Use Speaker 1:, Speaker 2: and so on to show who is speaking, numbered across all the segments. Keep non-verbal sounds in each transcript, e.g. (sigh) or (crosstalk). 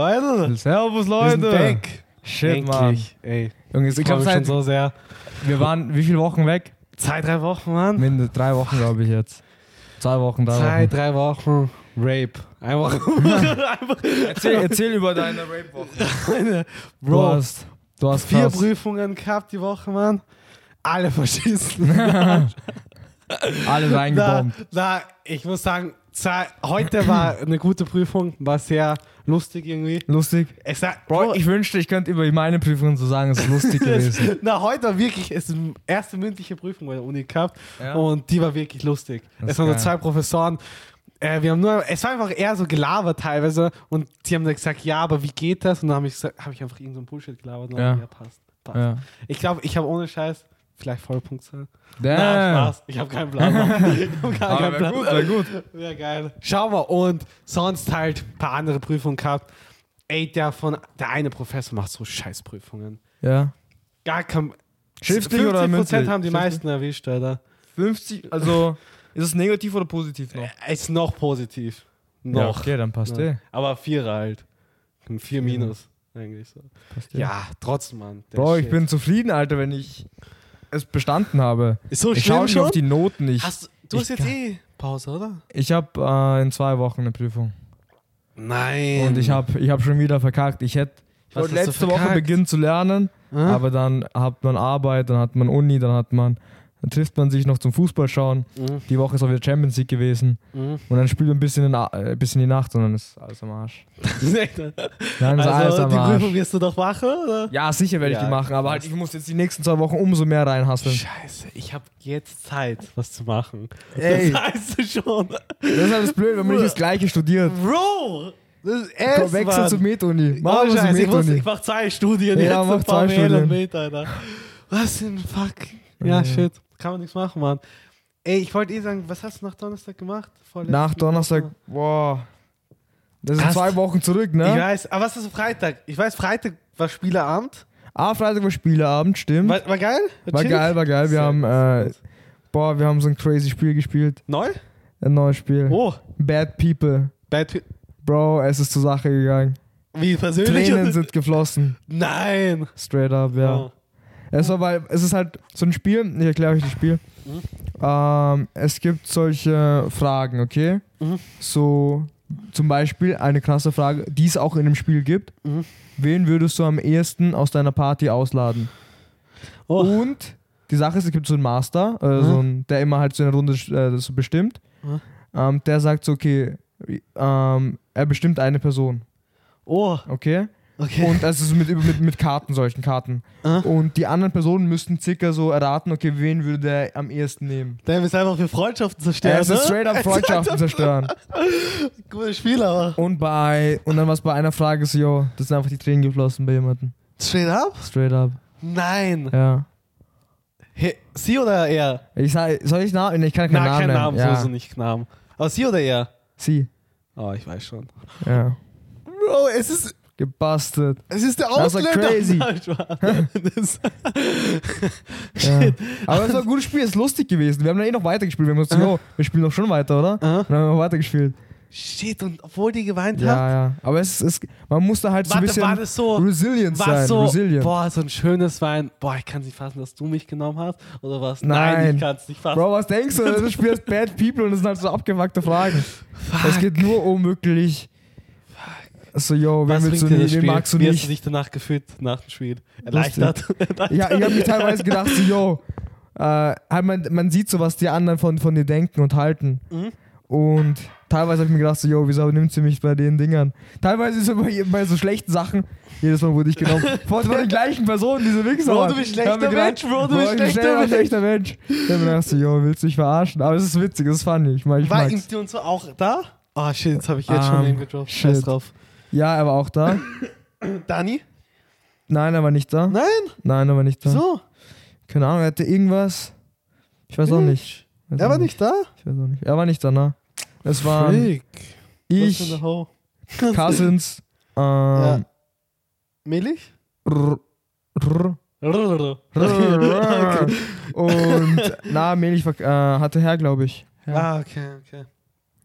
Speaker 1: Leute,
Speaker 2: Servus,
Speaker 1: wir sind
Speaker 2: Leute.
Speaker 1: back.
Speaker 2: Shit, Mann.
Speaker 1: Ey,
Speaker 2: Junge, ich
Speaker 1: ich glaube
Speaker 2: glaube,
Speaker 1: schon
Speaker 2: seit,
Speaker 1: so sehr.
Speaker 2: wir waren wie viele Wochen weg?
Speaker 1: Zwei, drei Wochen, Mann.
Speaker 2: Mindestens drei Wochen, glaube ich, jetzt. Zwei Wochen, drei
Speaker 1: Zwei,
Speaker 2: Wochen.
Speaker 1: drei Wochen. Rape. Einfach. (laughs)
Speaker 2: Erzähl, erzähl über deine Rape-Woche.
Speaker 1: Meine,
Speaker 2: Bro, du
Speaker 1: Bro,
Speaker 2: hast, du hast
Speaker 1: vier
Speaker 2: fast
Speaker 1: Prüfungen gehabt die Woche, Mann. Alle verschissen.
Speaker 2: alles
Speaker 1: Da,
Speaker 2: eingebombt.
Speaker 1: da, ich muss sagen, zwei, heute war eine gute Prüfung, war sehr lustig irgendwie.
Speaker 2: Lustig.
Speaker 1: Es war,
Speaker 2: Bro, ich wünschte, ich könnte über meine Prüfungen so sagen, es ist (laughs) lustig gewesen.
Speaker 1: (laughs) na, heute war wirklich, es ist die erste mündliche Prüfung bei der Uni gehabt
Speaker 2: Ja.
Speaker 1: und die war wirklich lustig.
Speaker 2: Das
Speaker 1: Es
Speaker 2: ist
Speaker 1: waren nur
Speaker 2: geil.
Speaker 1: zwei Professoren. Äh, wir haben nur, es war einfach eher so gelabert teilweise und die haben dann gesagt, ja, aber wie geht das? Und dann habe ich, gesagt- hab ich einfach irgendeinen so Bullshit gelabert und dann,
Speaker 2: Ja.
Speaker 1: ja, passt. passt.
Speaker 2: Ja.
Speaker 1: Ich glaube, ich habe ohne Scheiß vielleicht Vollpunktzahl. Nein,
Speaker 2: Damn.
Speaker 1: Spaß. Ich habe keinen
Speaker 2: (laughs)
Speaker 1: Plan. Mann. ich habe gar keinen
Speaker 2: Aber wär
Speaker 1: Plan.
Speaker 2: gut, wär gut.
Speaker 1: Wäre geil. Schauen wir. Und sonst halt ein paar andere Prüfungen gehabt. Ey, der von der eine Professor macht so Scheißprüfungen.
Speaker 2: Ja.
Speaker 1: Gar kein.
Speaker 2: Schriftlich oder mündlich?
Speaker 1: haben die
Speaker 2: Schriftlich?
Speaker 1: meisten erwischt, Alter.
Speaker 2: 50, also ist es negativ oder positiv noch?
Speaker 1: Äh, Ist noch positiv.
Speaker 2: Ja,
Speaker 1: Noch.
Speaker 2: okay, dann passt eh.
Speaker 1: Ja. Aber Vierer halt. Ein Vier minus. Eigentlich so.
Speaker 2: Passt eh.
Speaker 1: Ja, trotzdem, Mann. Der
Speaker 2: Bro, ich
Speaker 1: Shit.
Speaker 2: bin zufrieden, Alter, wenn ich es bestanden habe.
Speaker 1: Ist so
Speaker 2: ich
Speaker 1: schlimm
Speaker 2: schaue nicht auf
Speaker 1: schon?
Speaker 2: die Noten. Ich,
Speaker 1: Hast, du- du
Speaker 2: ich
Speaker 1: hast jetzt
Speaker 2: kann-
Speaker 1: eh Pause, oder?
Speaker 2: ich habe äh, in zwei Wochen eine Prüfung.
Speaker 1: Nein.
Speaker 2: Und ich habe ich hab schon wieder verkackt. Ich hätte ich
Speaker 1: Was
Speaker 2: wollte
Speaker 1: hast du
Speaker 2: letzte Woche
Speaker 1: verkackt?
Speaker 2: beginnen zu lernen,
Speaker 1: Ah? (laughs)
Speaker 2: aber dann hat man Arbeit, dann hat man Uni, dann hat man dann trifft man sich noch zum Fußball schauen.
Speaker 1: Mhm.
Speaker 2: Die Woche ist auch wieder Champions League gewesen
Speaker 1: Mhm.
Speaker 2: und dann spielt man ein bisschen, in, a- äh, bisschen die Nacht und dann ist alles am Arsch. Dann ist alles
Speaker 1: Also,
Speaker 2: am
Speaker 1: die Prüfung
Speaker 2: Arsch.
Speaker 1: wirst du doch machen, oder?
Speaker 2: Ja, sicher werde ich
Speaker 1: Ja,
Speaker 2: die machen, aber halt, ich muss jetzt die nächsten zwei Wochen umso mehr reinhasseln.
Speaker 1: Scheiße, ich habe jetzt Zeit, was zu machen.
Speaker 2: Ey.
Speaker 1: Das heißt es schon.
Speaker 2: Das ist alles blöd, wenn man nicht das gleiche studiert.
Speaker 1: Bro! Das ist
Speaker 2: Komm,
Speaker 1: es,
Speaker 2: wechsel
Speaker 1: Mann.
Speaker 2: zur Med-Uni. Mach
Speaker 1: Ohne
Speaker 2: mal zur
Speaker 1: Scheiß, ich, wusste, ich
Speaker 2: Med-Uni.
Speaker 1: mach zwei Studien
Speaker 2: Ja,
Speaker 1: jetzt
Speaker 2: mach
Speaker 1: ein paar
Speaker 2: zwei
Speaker 1: Mädel
Speaker 2: Studien.
Speaker 1: mit, Alter. Was denn, fuck?
Speaker 2: Ja.
Speaker 1: Ja, shit. Kann man nichts machen, Mann. Ey, ich wollte eh sagen, was hast du nach Donnerstag gemacht? Vorletzten
Speaker 2: Nach Donnerstag,
Speaker 1: Woche.
Speaker 2: boah. Das sind
Speaker 1: Hast-
Speaker 2: zwei Wochen zurück,
Speaker 1: Ich
Speaker 2: ne?
Speaker 1: weiß, aber was ist Freitag? Ich weiß, Freitag war Spieleabend.
Speaker 2: Ah, Freitag war Spieleabend, stimmt.
Speaker 1: War, war geil?
Speaker 2: Hm? War
Speaker 1: chillig?
Speaker 2: geil, war geil. Wir
Speaker 1: Sehr
Speaker 2: haben,
Speaker 1: gut,
Speaker 2: äh,
Speaker 1: sehr gut.
Speaker 2: boah, wir haben so ein crazy Spiel gespielt.
Speaker 1: Neu?
Speaker 2: Ein neues Spiel.
Speaker 1: Oh,
Speaker 2: Bad People.
Speaker 1: Bad
Speaker 2: Bro, es ist zur Sache gegangen.
Speaker 1: Wie persönlich?
Speaker 2: Tränen sind geflossen.
Speaker 1: Nein!
Speaker 2: Straight up, ja.
Speaker 1: Oh.
Speaker 2: Es, war, weil, es ist halt so ein Spiel, ich erkläre euch das Spiel.
Speaker 1: Mhm.
Speaker 2: Ähm, es gibt solche Fragen, okay?
Speaker 1: Mhm.
Speaker 2: So zum Beispiel eine krasse Frage, die es auch in dem Spiel gibt.
Speaker 1: Mhm.
Speaker 2: Wen würdest du am ehesten aus deiner Party ausladen?
Speaker 1: Oh.
Speaker 2: Und die Sache ist, es gibt so einen Master, äh, so einen, der immer halt so eine Runde äh, so bestimmt.
Speaker 1: Mhm.
Speaker 2: Ähm, der sagt so, okay, ähm, er bestimmt eine Person,
Speaker 1: Oh,
Speaker 2: okay?
Speaker 1: okay.
Speaker 2: Und das ist mit, mit, mit Karten, solchen Karten.
Speaker 1: Aha.
Speaker 2: Und die anderen Personen müssten circa so erraten, okay, wen würde der am ehesten nehmen.
Speaker 1: Damn, ist einfach für Freundschaften
Speaker 2: Der
Speaker 1: zerstören.
Speaker 2: ist
Speaker 1: (laughs)
Speaker 2: straight up Freundschaften zerstören.
Speaker 1: Gutes Spiel, aber.
Speaker 2: Und bei, und dann war es bei einer Frage so, yo, das sind einfach die Tränen geflossen bei jemandem.
Speaker 1: Straight up?
Speaker 2: Straight up.
Speaker 1: Nein.
Speaker 2: Ja.
Speaker 1: He, sie oder er?
Speaker 2: Ich sag, soll ich Namen? Ich kann keinen
Speaker 1: Na,
Speaker 2: Namen
Speaker 1: kein
Speaker 2: nennen.
Speaker 1: Namen,
Speaker 2: ja.
Speaker 1: sowieso nicht Namen. Aber sie oder er?
Speaker 2: Sie. Ah,
Speaker 1: Oh, ich weiß schon.
Speaker 2: Ja.
Speaker 1: Bro, es ist,
Speaker 2: Gebastelt.
Speaker 1: (laughs) es ist der
Speaker 2: Das war
Speaker 1: Ausländer.
Speaker 2: crazy.
Speaker 1: (laughs) Nein, Spaß.
Speaker 2: Ja. Aber es war ein gutes Spiel, es ist lustig gewesen. Wir haben dann eh noch weitergespielt. Wir haben gesagt, yo, wir spielen doch schon weiter, oder? Und
Speaker 1: Aha.
Speaker 2: dann haben wir weitergespielt.
Speaker 1: Shit, und obwohl die geweint hat,
Speaker 2: Ja, ja. Aber es ist, man muss da halt so ein
Speaker 1: Warte,
Speaker 2: bisschen
Speaker 1: war das so-
Speaker 2: resilient
Speaker 1: war
Speaker 2: sein.
Speaker 1: so,
Speaker 2: resilient.
Speaker 1: boah, so ein schönes Wein. Boah, ich kann es nicht fassen, dass du mich genommen hast. Oder was?
Speaker 2: Nein.
Speaker 1: ich kann es nicht fassen.
Speaker 2: Bro, was denkst du? Du spielst Bad People und das sind halt so abgefuckte Fragen. Es geht nur um wirklich. So, yo, wen
Speaker 1: was
Speaker 2: willst du
Speaker 1: bringt dir das
Speaker 2: nicht, wen
Speaker 1: Spiel?
Speaker 2: magst du
Speaker 1: Wie hast du
Speaker 2: nicht?
Speaker 1: dich danach gefühlt, nach dem Spiel?
Speaker 2: (laughs)
Speaker 1: Erleichtert. Erleichtert.
Speaker 2: Ja, ich habe mir teilweise gedacht, so, yo, äh, halt man, man sieht so, was die anderen von, von dir denken und halten.
Speaker 1: Mhm.
Speaker 2: Und teilweise habe ich mir gedacht, so, yo, wieso nimmt sie mich bei den Dingern? Teilweise ist es bei, bei so schlechten Sachen, jedes Mal wurde ich
Speaker 1: (laughs)
Speaker 2: genommen. Vor von den gleichen Personen, diese Wichser.
Speaker 1: Bro,
Speaker 2: Mann.
Speaker 1: du bist
Speaker 2: Da haben wir
Speaker 1: schlechter Mensch, Bro, du bist
Speaker 2: ich bin
Speaker 1: schlechter
Speaker 2: ein
Speaker 1: Mensch.
Speaker 2: schlechter Mensch. Dann hab ich mir gedacht, so, yo, willst du mich verarschen? Aber es ist witzig, es ist funny. Ich, mag, ich
Speaker 1: War
Speaker 2: mag's.
Speaker 1: Insti und so auch da? Oh shit, jetzt habe ich jetzt schon
Speaker 2: Ähm,
Speaker 1: den gedroppt. Scheiß
Speaker 2: shit.
Speaker 1: drauf.
Speaker 2: Ja, er war auch da.
Speaker 1: Dani?
Speaker 2: Nein, er war nicht da.
Speaker 1: Nein?
Speaker 2: Nein, er war nicht da.
Speaker 1: So?
Speaker 2: Keine Ahnung, er hatte irgendwas. Ich weiß auch nicht. Weiß
Speaker 1: Er
Speaker 2: auch
Speaker 1: war nicht da?
Speaker 2: Ich weiß auch nicht. Er war nicht da, ne? Es waren
Speaker 1: Frick. Was für
Speaker 2: ich,
Speaker 1: eine Ho.
Speaker 2: Cousins, ähm,
Speaker 1: Ja. Milch?
Speaker 2: rr, rr, rr,
Speaker 1: Okay. (laughs)
Speaker 2: und na, Melch war- äh, hatte Herr, glaube ich.
Speaker 1: Ah, okay, okay.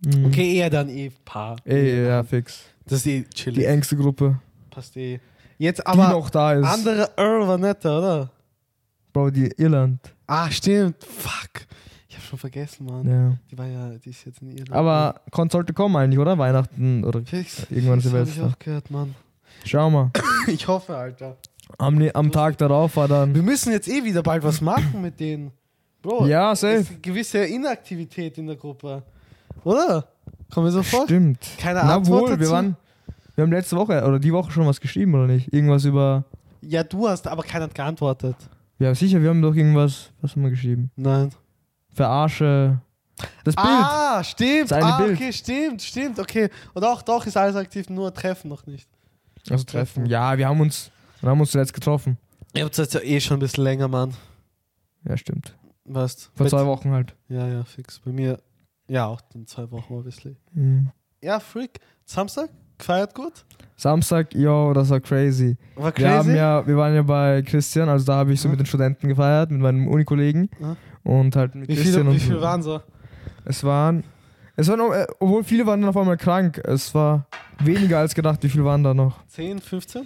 Speaker 2: Mhm.
Speaker 1: Okay, eher dann eh Paar.
Speaker 2: Ey, ja, fix.
Speaker 1: Das ist eh
Speaker 2: Die
Speaker 1: chillig.
Speaker 2: engste Gruppe,
Speaker 1: Passt eh. Jetzt
Speaker 2: die
Speaker 1: aber
Speaker 2: noch da ist.
Speaker 1: andere Earl war netter, oder?
Speaker 2: Bro, die Irland.
Speaker 1: Ah, stimmt. Fuck. Ich hab schon vergessen, Mann.
Speaker 2: Ja.
Speaker 1: Die war ja, die ist jetzt in Irland.
Speaker 2: Aber Con sollte kommen eigentlich, oder? Weihnachten oder
Speaker 1: Fix.
Speaker 2: irgendwann
Speaker 1: Das hab ich
Speaker 2: Silvester.
Speaker 1: auch gehört,
Speaker 2: (laughs)
Speaker 1: Mann.
Speaker 2: Schau mal.
Speaker 1: Ich hoffe, Alter.
Speaker 2: Am, ne- am Tag darauf war dann.
Speaker 1: Wir müssen jetzt eh wieder bald was machen mit denen. Bro,
Speaker 2: Ja,
Speaker 1: es
Speaker 2: safe.
Speaker 1: ist eine gewisse Inaktivität in der Gruppe. Oder? Kommen wir so vor?
Speaker 2: Stimmt.
Speaker 1: Keine
Speaker 2: Na
Speaker 1: Antwort
Speaker 2: wohl, wir
Speaker 1: dazu?
Speaker 2: waren. Wir haben letzte Woche oder die Woche schon was geschrieben, oder nicht? Irgendwas über.
Speaker 1: Ja, du hast, aber keiner hat geantwortet.
Speaker 2: Ja, sicher, wir haben doch irgendwas. Was haben wir geschrieben?
Speaker 1: Nein.
Speaker 2: Verarsche. Das Bild.
Speaker 1: Ah, stimmt.
Speaker 2: Das eine
Speaker 1: ah,
Speaker 2: Bild.
Speaker 1: okay, stimmt, stimmt, okay. Und auch doch ist alles aktiv, nur Treffen noch nicht.
Speaker 2: Also treffen. Ja, wir haben uns. Wir haben uns zuletzt getroffen.
Speaker 1: Ihr habt jetzt ja eh schon ein bisschen länger, Mann.
Speaker 2: Ja, stimmt.
Speaker 1: Weißt
Speaker 2: Vor
Speaker 1: Mit-
Speaker 2: zwei Wochen halt.
Speaker 1: Ja, ja, fix. Bei mir, ja, auch in zwei Wochen, obviously.
Speaker 2: Mhm.
Speaker 1: Ja, Freak, Samstag, gefeiert gut.
Speaker 2: Samstag, yo, das war crazy.
Speaker 1: War
Speaker 2: Wir, haben
Speaker 1: crazy.
Speaker 2: ja, wir waren ja bei Christian, also da habe ich so
Speaker 1: Mhm.
Speaker 2: mit den Studenten gefeiert, mit meinem Unikollegen
Speaker 1: Mhm.
Speaker 2: und halt mit
Speaker 1: Wie
Speaker 2: Christian
Speaker 1: viele, wie
Speaker 2: und
Speaker 1: viele waren so?
Speaker 2: Es waren, es waren, äh, obwohl viele waren dann auf einmal krank, es war weniger als gedacht, wie viele waren da noch?
Speaker 1: 10, (laughs) 15?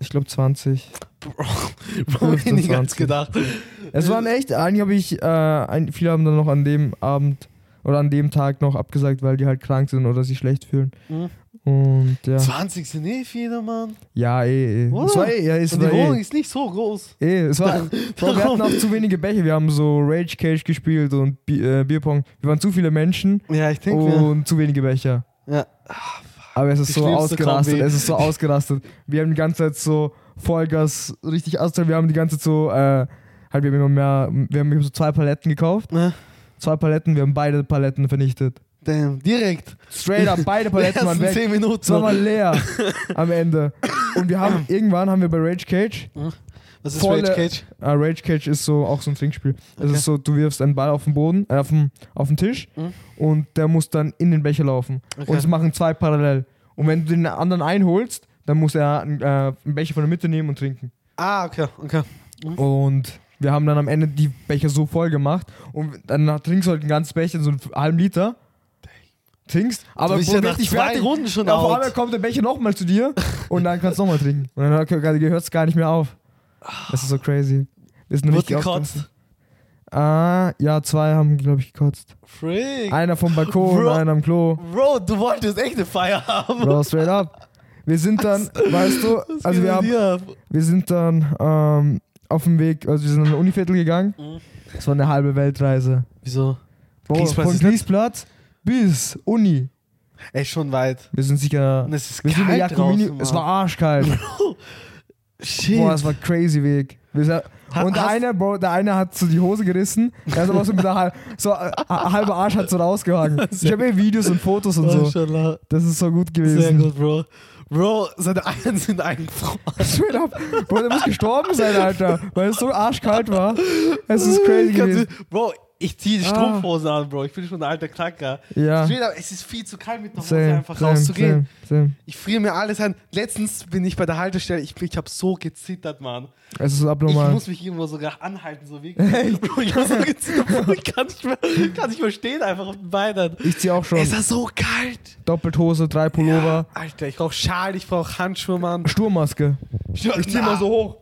Speaker 2: Ich glaube 20.
Speaker 1: (laughs) Bro, weniger als
Speaker 2: 25.
Speaker 1: gedacht.
Speaker 2: Es waren echt, einige habe ich, äh, ein, viele haben dann noch an dem Abend oder an dem Tag noch abgesagt, weil die halt krank sind oder sich schlecht fühlen.
Speaker 1: Mhm.
Speaker 2: Und ja,
Speaker 1: 20 sind eh viele, Mann.
Speaker 2: ja eh, eh.
Speaker 1: Oder?
Speaker 2: Es war eh, ja, es
Speaker 1: Und die
Speaker 2: war
Speaker 1: Wohnung
Speaker 2: eh.
Speaker 1: ist nicht so groß.
Speaker 2: Eh, es
Speaker 1: (laughs)
Speaker 2: war, Bro, wir hatten auch zu wenige Becher. Wir haben so Rage Cage gespielt und Bi äh, Bierpong. Wir waren zu viele Menschen
Speaker 1: Ja, ich denke mir.
Speaker 2: und zu wenige Becher.
Speaker 1: Ja.
Speaker 2: Aber es ist
Speaker 1: Die
Speaker 2: so
Speaker 1: schlimmste
Speaker 2: ausgerastet,
Speaker 1: Kombi.
Speaker 2: es ist so ausgerastet. Wir haben die ganze Zeit so Vollgas richtig ausgerastet. Wir haben die ganze Zeit so, äh, halt, wir haben immer mehr, wir haben so zwei Paletten gekauft.
Speaker 1: Ne?
Speaker 2: Zwei Paletten, wir haben beide Paletten vernichtet.
Speaker 1: Damn, direkt.
Speaker 2: Straight up,
Speaker 1: (laughs)
Speaker 2: beide Paletten waren
Speaker 1: ersten 10
Speaker 2: weg.
Speaker 1: Minuten.
Speaker 2: Es war
Speaker 1: (laughs)
Speaker 2: mal leer am Ende. Und wir haben, irgendwann haben wir bei Rage Cage,
Speaker 1: Was ist
Speaker 2: volle-
Speaker 1: Rage Cage?
Speaker 2: äh, Rage Cage ist so auch so ein Trinkspiel. Es
Speaker 1: Okay.
Speaker 2: ist so, du wirfst einen Ball auf den Boden, äh, auf, den, auf den Tisch
Speaker 1: Mhm.
Speaker 2: und der muss dann in den Becher laufen. Und es machen zwei parallel. Und wenn du den anderen einholst, dann muss er einen, äh, einen Becher von der Mitte nehmen und trinken.
Speaker 1: Ah, okay, okay.
Speaker 2: Und wir haben dann am Ende die Becher so voll gemacht. Und dann trinkst du halt einen ganzen Becher, so einen halben Liter. Trinkst, aber
Speaker 1: du bist ja
Speaker 2: probier
Speaker 1: nach
Speaker 2: dich
Speaker 1: zwei
Speaker 2: fertig.
Speaker 1: Runden schon
Speaker 2: Ja, vor
Speaker 1: out.
Speaker 2: allem kommt der Becher nochmal zu dir und dann kannst du nochmal trinken. Und dann hört es gar nicht mehr auf. Das ist so crazy. Wir sind
Speaker 1: Wird
Speaker 2: richtig
Speaker 1: gekotzt.
Speaker 2: aufgeregt. Ah, ja, zwei haben, glaube ich, gekotzt.
Speaker 1: Freak.
Speaker 2: Einer vom Balkon,
Speaker 1: Bro.
Speaker 2: einer am Klo.
Speaker 1: Bro, du wolltest echt eine Feier haben.
Speaker 2: Bro, straight up. Wir sind dann, weißt du,
Speaker 1: Was
Speaker 2: (laughs)
Speaker 1: geht
Speaker 2: also wir,
Speaker 1: mit
Speaker 2: haben,
Speaker 1: dir ab?
Speaker 2: wir sind dann ähm, auf dem Weg, also wir sind an den Univiertel gegangen.
Speaker 1: Mhm.
Speaker 2: Das war eine halbe Weltreise.
Speaker 1: Wieso?
Speaker 2: Bro,
Speaker 1: Kriegsplatz
Speaker 2: von
Speaker 1: ist nett.
Speaker 2: Kriegsplatz bis Uni.
Speaker 1: Ey, schon weit.
Speaker 2: Wir sind sicher.
Speaker 1: Und es ist
Speaker 2: Wir sind mit
Speaker 1: kalt draußen,
Speaker 2: Jakomini.
Speaker 1: Mann.
Speaker 2: Es war arschkalt.
Speaker 1: (laughs) Shit.
Speaker 2: Boah, es war crazy Weg. Wir sind,
Speaker 1: Ha-
Speaker 2: und der
Speaker 1: hast-
Speaker 2: eine, Bro, der eine hat so die Hose gerissen. Der hat aber so mit der halb, so, äh, halbe Arsch hat so
Speaker 1: (laughs)
Speaker 2: rausgehangen. Ich habe eh Videos und Fotos und so.
Speaker 1: Mashallah.
Speaker 2: Das ist so gut gewesen.
Speaker 1: Oh, Sehr
Speaker 2: (laughs)
Speaker 1: gut, Bro. Bro, seine Eier sind eingefroren.
Speaker 2: Straight up. Bro, der muss gestorben sein, Alter. Weil es so arschkalt war. Es ist crazy
Speaker 1: Ich kann's-
Speaker 2: gewesen.
Speaker 1: Bro, ich ziehe die
Speaker 2: Ah.
Speaker 1: Strumpfhosen an, Bro. Ich bin schon ein alter Knacker.
Speaker 2: Ja.
Speaker 1: Straight up, Es ist viel zu kalt mit der Hose
Speaker 2: Same,
Speaker 1: einfach
Speaker 2: same,
Speaker 1: rauszugehen.
Speaker 2: Same, same.
Speaker 1: Ich friere mir alles an. Letztens bin ich bei der Haltestelle, ich, ich habe so gezittert, Mann.
Speaker 2: Es ist
Speaker 1: Ich
Speaker 2: abnormal.
Speaker 1: muss mich irgendwo sogar anhalten,
Speaker 2: (laughs)
Speaker 1: so wirklich. Bro, ich hab so gezittert, (laughs) ich kann nicht, mehr, kann nicht mehr stehen, einfach auf den Beinen.
Speaker 2: Ich, zieh auch schon
Speaker 1: Es ist so kalt.
Speaker 2: doppelt Hose, drei Pullover,
Speaker 1: Alter, ich brauch Schal, ich brauch Handschuhe, Mann.
Speaker 2: Sturmmaske.
Speaker 1: Ich
Speaker 2: zieh mal so
Speaker 1: hoch.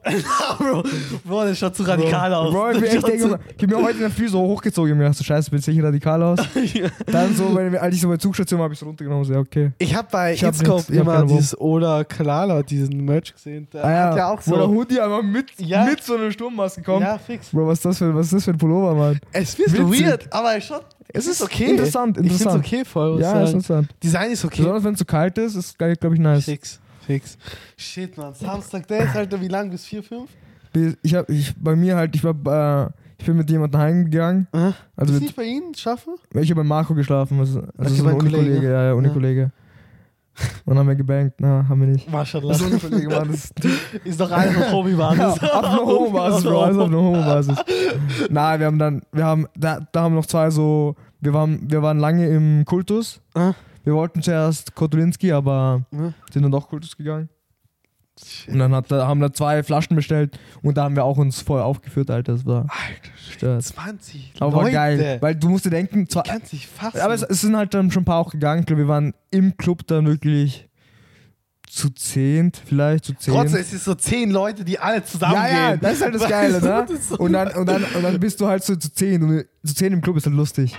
Speaker 1: Bro, Bro, das schaut zu radikal aus.
Speaker 2: Bro, ich bin
Speaker 1: Das
Speaker 2: echt,
Speaker 1: schaut
Speaker 2: denke, mal, ich hab mir heute in der Früh so hochgezogen. Ich hab mir gedacht, so scheiße, bin sicher radikal aus.
Speaker 1: (laughs)
Speaker 2: Dann so, wenn, als ich so bei der Zugstation war, hab ich so runtergenommen. So, ja, okay.
Speaker 1: Ich habe bei
Speaker 2: Ich hab
Speaker 1: Inscope
Speaker 2: nix, ich hab
Speaker 1: immer
Speaker 2: keine Ah Bombe.
Speaker 1: dieses Ola Kalala, diesen Merch gesehen. Der Äh, hat ja auch
Speaker 2: Wo der
Speaker 1: so.
Speaker 2: Hoodie einmal mit,
Speaker 1: Ja.
Speaker 2: mit so einer Sturmmaske kommt.
Speaker 1: Ja, fix.
Speaker 2: Bro, was ist, das für, was ist das für ein Pullover, Mann?
Speaker 1: Es ist
Speaker 2: Witzig.
Speaker 1: weird, aber schon. Es ist okay.
Speaker 2: Interessant,
Speaker 1: Ich find's
Speaker 2: interessant.
Speaker 1: okay voll. muss ich
Speaker 2: Ja, ist
Speaker 1: sagen.
Speaker 2: interessant.
Speaker 1: Design ist okay.
Speaker 2: Besonders wenn es so kalt ist, ist geil, glaube ich, nice.
Speaker 1: Fix. Fix. Shit, Mann. Samstag Days, Alter, wie lang? Bis 4, 5?
Speaker 2: Bis- Ich hab, ich, bei mir halt, ich war, äh, ich bin mit jemandem heimgegangen.
Speaker 1: Aha.
Speaker 2: Also
Speaker 1: ist
Speaker 2: mit,
Speaker 1: nicht bei Ihnen schaffen?
Speaker 2: ich habe bei Marco geschlafen, also, also
Speaker 1: Okay,
Speaker 2: so
Speaker 1: mein
Speaker 2: ein Unikollege,
Speaker 1: Kollege.
Speaker 2: ja, ja, Unikollege. Und haben wir gebankt, na, haben wir nicht.
Speaker 1: Maschallah.
Speaker 2: Das ist ein Unikollege, Mann,
Speaker 1: (laughs)
Speaker 2: das ist
Speaker 1: Ist doch alles auf (laughs) Hobbybasis.
Speaker 2: ja, auf einer Homo-Basis, Bro, alles auf einer Homo-Basis. Nein, wir haben dann, wir haben, da, da haben noch zwei so, wir waren, wir waren lange im Kultus.
Speaker 1: Ah.
Speaker 2: Wir wollten zuerst Kotulinski, aber
Speaker 1: Mhm.
Speaker 2: sind dann doch Kultus gegangen. Und dann hat, da haben wir zwei Flaschen bestellt und da haben wir auch uns voll aufgeführt, Alter. Das war
Speaker 1: Alter, Schwede,
Speaker 2: stört.
Speaker 1: 20
Speaker 2: Aber war
Speaker 1: Leute.
Speaker 2: geil. Weil du musst dir denken, zwei,
Speaker 1: ich kann nicht fassen.
Speaker 2: aber es, es sind halt dann schon ein paar auch gegangen. Ich glaube, wir waren im Club dann wirklich zu zehnt, vielleicht zu zehn.
Speaker 1: Trotzdem, es ist so 10 Leute, die alle
Speaker 2: ja,
Speaker 1: zusammengehen.
Speaker 2: ja, das ist halt das Geile, ne?
Speaker 1: Das ist so-
Speaker 2: Und dann, und, dann, und dann bist du halt so zu zehn. Und zu zehn im Club ist halt lustig.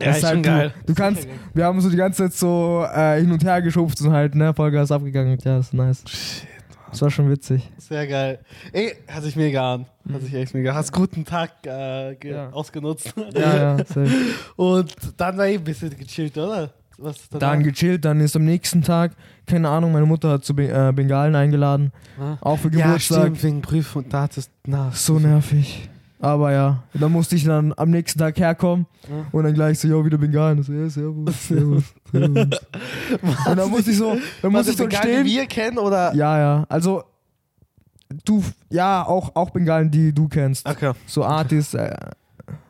Speaker 1: Ja,
Speaker 2: Das
Speaker 1: ist schon
Speaker 2: halt,
Speaker 1: geil.
Speaker 2: Du, du kannst, wir haben so die ganze Zeit so äh, hin und her geschubst und halt, ne, Vollgas abgegangen. Ja, ist nice.
Speaker 1: Shit,
Speaker 2: Das war schon witzig.
Speaker 1: sehr geil. Ey, hat sich mega an. Hat sich echt mega. Hast guten Tag äh, ge-
Speaker 2: Ja.
Speaker 1: ausgenutzt. (laughs)
Speaker 2: Ja, ja, safe.
Speaker 1: Und dann war ich ein bisschen gechillt, oder? Was ist danach?
Speaker 2: Dann gechillt, dann ist am nächsten Tag, keine Ahnung, meine Mutter hat zu Be äh, Bengalen eingeladen.
Speaker 1: Ah.
Speaker 2: Auch für
Speaker 1: ja,
Speaker 2: Geburtstag.
Speaker 1: stimmt, wegen Prüfung. Da hattest na,
Speaker 2: so nervig. Aber ja, dann musste ich dann am nächsten Tag herkommen
Speaker 1: Ja.
Speaker 2: und dann gleich so, ja, wieder Bengalen. So,
Speaker 1: (laughs)
Speaker 2: ja, servus, servus, servus. und dann musste ich so, dann
Speaker 1: was
Speaker 2: musste
Speaker 1: ist
Speaker 2: ich dort
Speaker 1: egal, die
Speaker 2: stehen.
Speaker 1: wir kennen oder?
Speaker 2: Ja, ja, also du, ja, auch, auch Bengalen, die du kennst.
Speaker 1: Okay.
Speaker 2: So Artis, äh,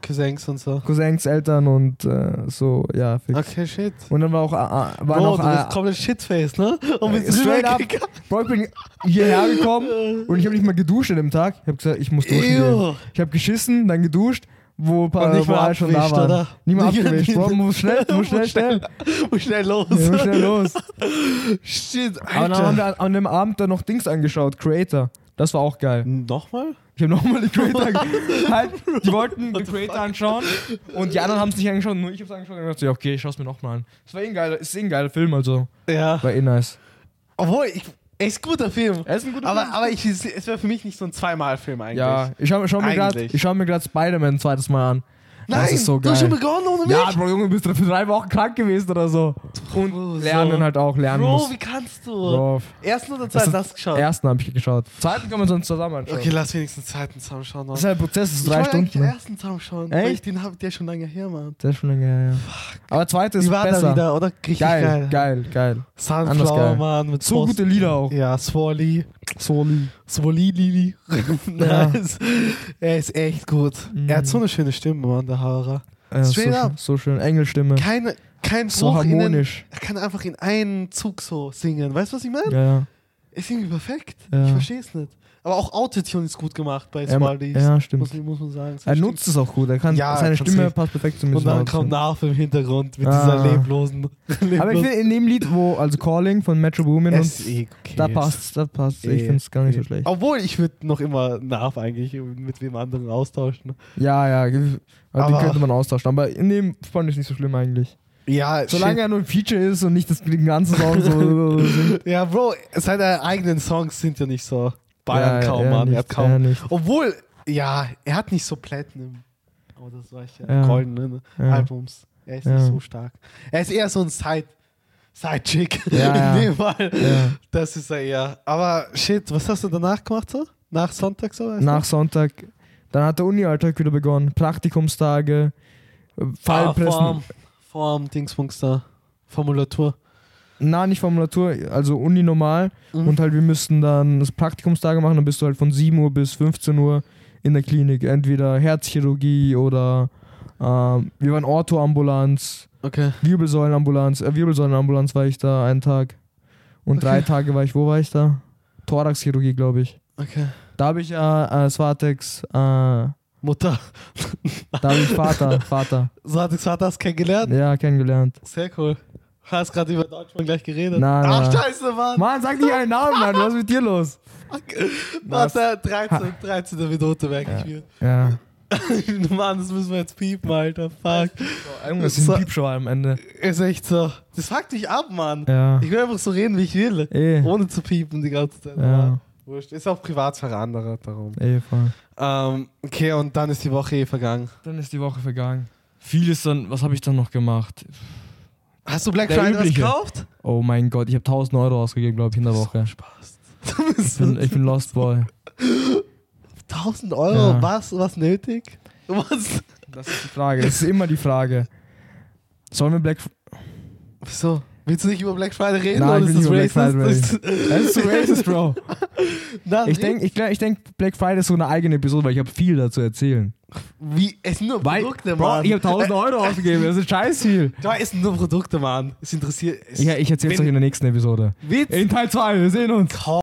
Speaker 1: Cousins und so.
Speaker 2: Cousins, Eltern und äh, so, ja, fix.
Speaker 1: Okay, shit.
Speaker 2: Und dann war auch, äh, äh, war
Speaker 1: Ah. Bro,
Speaker 2: noch,
Speaker 1: du bist
Speaker 2: äh,
Speaker 1: komplett Shitface, ne? Und halt bist
Speaker 2: straight up. (laughs)
Speaker 1: rübergegangen.
Speaker 2: Bro, ich bin hierher gekommen und ich habe nicht mal geduscht an dem Tag. Ich habe gesagt, ich muss duschen gehen.
Speaker 1: Ew. (laughs)
Speaker 2: Ich habe geschissen, dann geduscht, wo ein paar
Speaker 1: Und nicht
Speaker 2: wo
Speaker 1: mal
Speaker 2: alle schon da
Speaker 1: abgewischt,
Speaker 2: waren.
Speaker 1: oder?
Speaker 2: Nicht mal
Speaker 1: Nicht-
Speaker 2: abgewischt. Bro,
Speaker 1: (laughs)
Speaker 2: muss schnell, muss
Speaker 1: Muss
Speaker 2: schnell, schnell.
Speaker 1: Muss schnell los.
Speaker 2: Ja, muss schnell los.
Speaker 1: (laughs) Shit,
Speaker 2: Aber dann haben wir an, an dem Abend dann noch Dings angeschaut, Creator. Das war auch geil.
Speaker 1: Nochmal?
Speaker 2: Ich habe nochmal
Speaker 1: (laughs)
Speaker 2: die Creator ange- (laughs) halt, Die wollten die Creator anschauen und die anderen haben es nicht angeschaut, nur ich habe es angeschaut und dachte, ja, okay, ich schaue es mir nochmal an. Es war eh ein geiler, ist eh ein geiler Film, also
Speaker 1: Ja.
Speaker 2: war eh nice.
Speaker 1: Obwohl, ich, echt guter Film.
Speaker 2: Er ist ein guter
Speaker 1: Aber,
Speaker 2: Film.
Speaker 1: aber ich, es wäre für mich nicht so ein Zweimal-Film eigentlich.
Speaker 2: Ja, ich schaue schau mir gerade
Speaker 1: Eigentlich.
Speaker 2: schau mir grad Spider-Man ein zweites Mal an.
Speaker 1: Nein,
Speaker 2: das ist so
Speaker 1: du
Speaker 2: geil.
Speaker 1: hast schon begonnen ohne mich.
Speaker 2: ja, Bro, Junge, bist du für drei Wochen krank gewesen oder so.
Speaker 1: und
Speaker 2: Lernen halt auch, lernen
Speaker 1: Bro,
Speaker 2: muss.
Speaker 1: wie kannst du?
Speaker 2: Bro,
Speaker 1: Ersten oder zweiten
Speaker 2: ist-
Speaker 1: hast du geschaut?
Speaker 2: ersten habe ich geschaut. Zweiten können wir uns dann zusammen anschauen.
Speaker 1: Okay, lass wenigstens zweiten zusammenschauen. Mann.
Speaker 2: Das ist halt ein Prozess, das ist
Speaker 1: ich
Speaker 2: drei
Speaker 1: wollte eigentlich
Speaker 2: Stunden.
Speaker 1: den
Speaker 2: Ne?
Speaker 1: ersten zusammenschauen.
Speaker 2: Echt?
Speaker 1: weil ich Den hab, der ist schon lange her, Mann.
Speaker 2: Das ist schon lange her, ja. Aber zweite ist
Speaker 1: Die war da
Speaker 2: besser.
Speaker 1: wieder, oder? Richtig
Speaker 2: geil,
Speaker 1: geil.
Speaker 2: geil, geil, Anders
Speaker 1: Sunflower,
Speaker 2: geil.
Speaker 1: Mann. Mit
Speaker 2: So
Speaker 1: Post-
Speaker 2: gute Lieder auch.
Speaker 1: Ja, Swally.
Speaker 2: Soli.
Speaker 1: Swally Lili.
Speaker 2: (laughs) Ja.
Speaker 1: nice. Er ist echt gut.
Speaker 2: Mhm.
Speaker 1: Er hat so eine schöne Stimme, Mann, der Haarer.
Speaker 2: Ja, so,
Speaker 1: Straight up.
Speaker 2: schön, so schön. Engelstimme.
Speaker 1: Keine, kein
Speaker 2: So
Speaker 1: Bruch in den-
Speaker 2: harmonisch.
Speaker 1: Er kann einfach in einen Zug so singen. Weißt du, was ich meine?
Speaker 2: Ja, ja.
Speaker 1: Ist irgendwie perfekt.
Speaker 2: Ja.
Speaker 1: Ich verstehe es nicht. Aber auch Autotune ist gut gemacht bei
Speaker 2: Er, ma-
Speaker 1: Swally.
Speaker 2: ja, stimmt.
Speaker 1: muss, muss man sagen.
Speaker 2: Er nutzt es auch gut. Er kann,
Speaker 1: Ja,
Speaker 2: seine
Speaker 1: kann
Speaker 2: Stimme
Speaker 1: safe.
Speaker 2: passt perfekt zum
Speaker 1: Und dann
Speaker 2: Aussehen.
Speaker 1: kommt Narf im Hintergrund mit
Speaker 2: Ah.
Speaker 1: dieser leblosen.
Speaker 2: Aber
Speaker 1: (laughs)
Speaker 2: ich
Speaker 1: leblosen-
Speaker 2: finde in dem Lied, wo, also Calling von Metro Boomin, und
Speaker 1: Es- eh, okay.
Speaker 2: da passt da passt Ich
Speaker 1: Eh,
Speaker 2: finde es gar nicht
Speaker 1: eh.
Speaker 2: so schlecht.
Speaker 1: Obwohl, ich würde noch immer Narf eigentlich mit wem anderen austauschen. ne?
Speaker 2: Ja, ja, ge- aber
Speaker 1: Aber-
Speaker 2: die könnte man austauschen. Aber in dem fand ich nicht so schlimm eigentlich.
Speaker 1: Ja,
Speaker 2: Solange er nur ein Feature ist und nicht das den ganzen Song so.
Speaker 1: (laughs)
Speaker 2: singt.
Speaker 1: Ja, Bro, seine eigenen Songs sind ja nicht so Bayern
Speaker 2: ja,
Speaker 1: kaum,
Speaker 2: er
Speaker 1: Mann.
Speaker 2: Nicht,
Speaker 1: er hat kaum.
Speaker 2: Er nicht.
Speaker 1: Obwohl, ja, er hat nicht so Platinum. Aber das war ich ja.
Speaker 2: Ja.
Speaker 1: Goldene ne?
Speaker 2: Ja.
Speaker 1: Albums. Er ist
Speaker 2: Ja.
Speaker 1: nicht so stark. Er ist eher so ein Side. Side-Chick. (laughs)
Speaker 2: Ja,
Speaker 1: In
Speaker 2: ja.
Speaker 1: dem Fall.
Speaker 2: Ja.
Speaker 1: Das ist er eher. Aber shit, was hast du danach gemacht so? Nach Sonntag so? weißt
Speaker 2: Nach Sonntag, dann hat der Uni-Alltag wieder begonnen. Praktikumstage, äh,
Speaker 1: du? Ah,
Speaker 2: Fallpressen.
Speaker 1: Form, Form, Dingsbums da. Formulatur.
Speaker 2: Na, nicht Formulatur, also Uni normal.
Speaker 1: Mhm.
Speaker 2: Und halt, wir müssten dann das Praktikumstage machen. Dann bist du halt von 7 Uhr bis 15 Uhr in der Klinik. Entweder Herzchirurgie oder ähm, wir waren Orthoambulanz.
Speaker 1: Okay.
Speaker 2: Wirbelsäulenambulanz, äh, Wirbelsäulenambulanz war ich da einen Tag. Und drei Tage war ich, wo war ich da? Thoraxchirurgie, glaube ich.
Speaker 1: Okay.
Speaker 2: Da habe ich äh, äh, Svatex, äh, da
Speaker 1: Mutter.
Speaker 2: habe ich Vater, Vater,
Speaker 1: So hat es das kennengelernt.
Speaker 2: ja, kennengelernt.
Speaker 1: Sehr cool. Hast gerade über Deutschland gleich geredet.
Speaker 2: Nein,
Speaker 1: Ach,
Speaker 2: nein.
Speaker 1: scheiße, Mann.
Speaker 2: Mann, sag nicht einen Namen, Mann, was ist mit dir los?
Speaker 1: Warte, 13, 13. Minute weggespielt.
Speaker 2: Ja.
Speaker 1: (laughs) Mann, das müssen wir jetzt piepen, Alter. Fuck.
Speaker 2: Irgendwas ist
Speaker 1: So-
Speaker 2: ein Piepshow am Ende.
Speaker 1: Ist echt so. Das fuckt dich ab, Mann.
Speaker 2: Ja.
Speaker 1: Ich will einfach so reden, wie ich will.
Speaker 2: Eh.
Speaker 1: Ohne zu piepen die ganze Zeit.
Speaker 2: Ja.
Speaker 1: Wurscht. Ist auch Privatsphäre anderer darum.
Speaker 2: Eh, voll.
Speaker 1: Ähm, okay, und dann ist die Woche eh vergangen.
Speaker 2: Dann ist die Woche vergangen. Vieles dann, was habe ich dann noch gemacht?
Speaker 1: Hast du Black
Speaker 2: Der
Speaker 1: Friday was
Speaker 2: übliche.
Speaker 1: gekauft?
Speaker 2: Oh mein Gott, ich habe 1000 Euro ausgegeben, glaube ich, in der Woche.
Speaker 1: Spaß.
Speaker 2: (laughs) Ich bin, ich bin Lost Boy.
Speaker 1: 1000 Euro,
Speaker 2: Ja.
Speaker 1: was? Was nötig? Was?
Speaker 2: Das ist die Frage. Das ist immer die Frage. Sollen wir Black Friday?
Speaker 1: So. Willst du nicht über Black Friday reden?
Speaker 2: Nein,
Speaker 1: oder
Speaker 2: ich
Speaker 1: ist
Speaker 2: will
Speaker 1: das
Speaker 2: nicht über Black
Speaker 1: racist?
Speaker 2: Das ist so racist, (laughs) Bro.
Speaker 1: Nein,
Speaker 2: Ich denke, ich, glaub- ich denk, Black Friday ist so eine eigene Episode, weil ich habe viel dazu erzählen.
Speaker 1: Wie? Es sind nur Produkte,
Speaker 2: Bro,
Speaker 1: Mann.
Speaker 2: ich habe 1000 Euro ausgegeben, das ist scheiß viel.
Speaker 1: Da ist nur Produkte, Mann. Es interessiert. Es
Speaker 2: Ich, ich erzähl's euch in der nächsten Episode.
Speaker 1: Witz.
Speaker 2: In Teil 2, wir sehen uns.
Speaker 1: Kauf